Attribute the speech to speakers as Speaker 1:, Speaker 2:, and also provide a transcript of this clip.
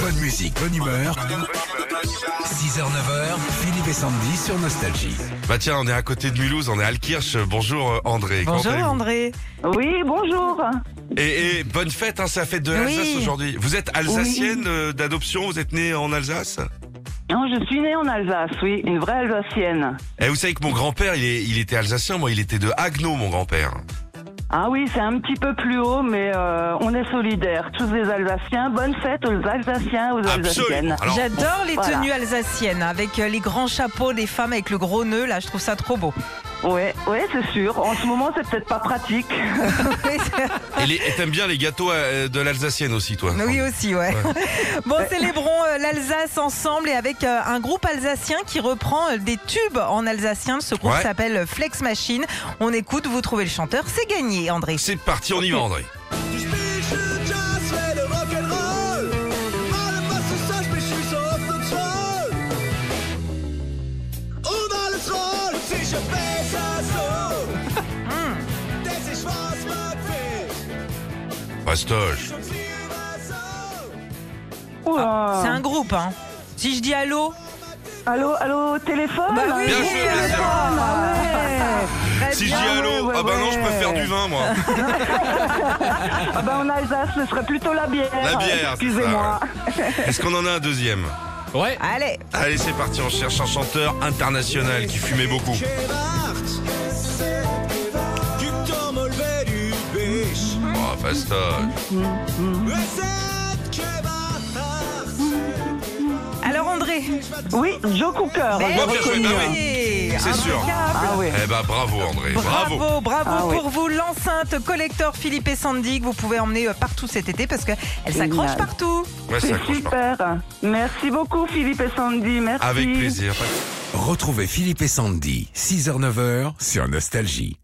Speaker 1: Bonne musique, bonne humeur. 6h, 9h, Philippe et Sandy sur Nostalgie.
Speaker 2: Bah tiens, on est à côté de Mulhouse, on est à Alkirch. Bonjour euh, André. Comment
Speaker 3: Bonjour
Speaker 2: allez-vous
Speaker 3: André.
Speaker 4: Oui, bonjour.
Speaker 2: Et, et bonne fête, hein, c'est la fête de
Speaker 3: Oui.
Speaker 2: l'Alsace aujourd'hui. Vous êtes alsacienne euh, d'adoption, vous êtes née en Alsace
Speaker 4: Non, je suis née en Alsace, oui, une vraie Alsacienne.
Speaker 2: Et Eh, vous savez que mon grand-père, il, est- il était alsacien, moi il était de Haguenau, mon grand-père.
Speaker 4: Ah oui, c'est un petit peu plus haut, mais euh, on est solidaires, tous les Alsaciens. Bonne fête aux Alsaciens, aux Alsaciennes.
Speaker 2: Alors,
Speaker 3: J'adore les
Speaker 4: Voilà.
Speaker 3: tenues alsaciennes avec euh, les grands chapeaux des femmes avec le gros nœud. Là, je trouve ça trop beau.
Speaker 4: Ouais, ouais, c'est sûr. En ce moment, c'est peut-être pas pratique.
Speaker 2: on- et les- et t'aimes bien les gâteaux euh, de l'alsacienne aussi, toi
Speaker 3: Oui aussi, ouais. Bon, célébrons euh, l'Alsace ensemble et avec euh, un groupe alsacien qui reprend euh, des tubes en alsacien. Ce groupe
Speaker 2: Ouais.
Speaker 3: s'appelle euh, Flex Machine. On écoute, vous trouvez le chanteur, c'est gagné, André.
Speaker 2: C'est parti, on y va, André.
Speaker 5: Du spielst du Jazz, wenn du Rock'n'Roll. Alles, was du sagst, mich nicht so hoffnungsvoll. Und alles rollt, sicher besser so. Denn ich was man will,
Speaker 2: Pastoche.
Speaker 5: schon viel was soll.
Speaker 2: Ah.
Speaker 4: Ouah.
Speaker 3: C'est un groupe, hein. Si je dis allô,
Speaker 4: Ah
Speaker 3: bah
Speaker 4: Allô, allô, téléphone
Speaker 2: Bah Bien sûr, bien sûr.
Speaker 4: bah Ah ouais.
Speaker 3: Très
Speaker 2: Si je dis
Speaker 3: Eh bien.
Speaker 2: allô,
Speaker 4: ouais, ouais,
Speaker 2: ah bah non, je
Speaker 4: ouais.
Speaker 2: préfère du vin, moi.
Speaker 4: Ah ben, en Alsace, ce serait plutôt la bière.
Speaker 2: La bière,
Speaker 4: Excusez-moi.
Speaker 2: Est-ce qu'on en a un deuxième
Speaker 6: Ouais.
Speaker 3: Allez,
Speaker 2: Allez, c'est parti, on cherche un chanteur international qui fumait beaucoup.
Speaker 5: Gérard, gibt doch mal, wer du bist.
Speaker 2: Oh, Pastoche.
Speaker 5: Es hat Gérard.
Speaker 3: alors André.
Speaker 4: Oui, Joe Cooker.
Speaker 3: Ben
Speaker 4: j'ai
Speaker 2: bien joué,
Speaker 4: reconnu,
Speaker 2: bah
Speaker 4: hein.
Speaker 3: oui.
Speaker 2: C'est sûr.
Speaker 3: Impeccable.
Speaker 4: Ah oui.
Speaker 2: Eh bah bravo, André. Bravo.
Speaker 3: Bravo, bravo
Speaker 4: Ah oui.
Speaker 3: pour vous, l'enceinte collector Philippe et Sandy que vous pouvez emmener euh, partout cet été parce qu'elle s'accroche
Speaker 4: Génial.
Speaker 3: partout.
Speaker 2: Ouais, Eh, ça
Speaker 4: C'est
Speaker 2: accroche pas.
Speaker 4: super. Merci beaucoup, Philippe et Sandy. Merci.
Speaker 2: Avec plaisir.
Speaker 1: Retrouvez Philippe et Sandy, 6h, 9h sur Nostalgie.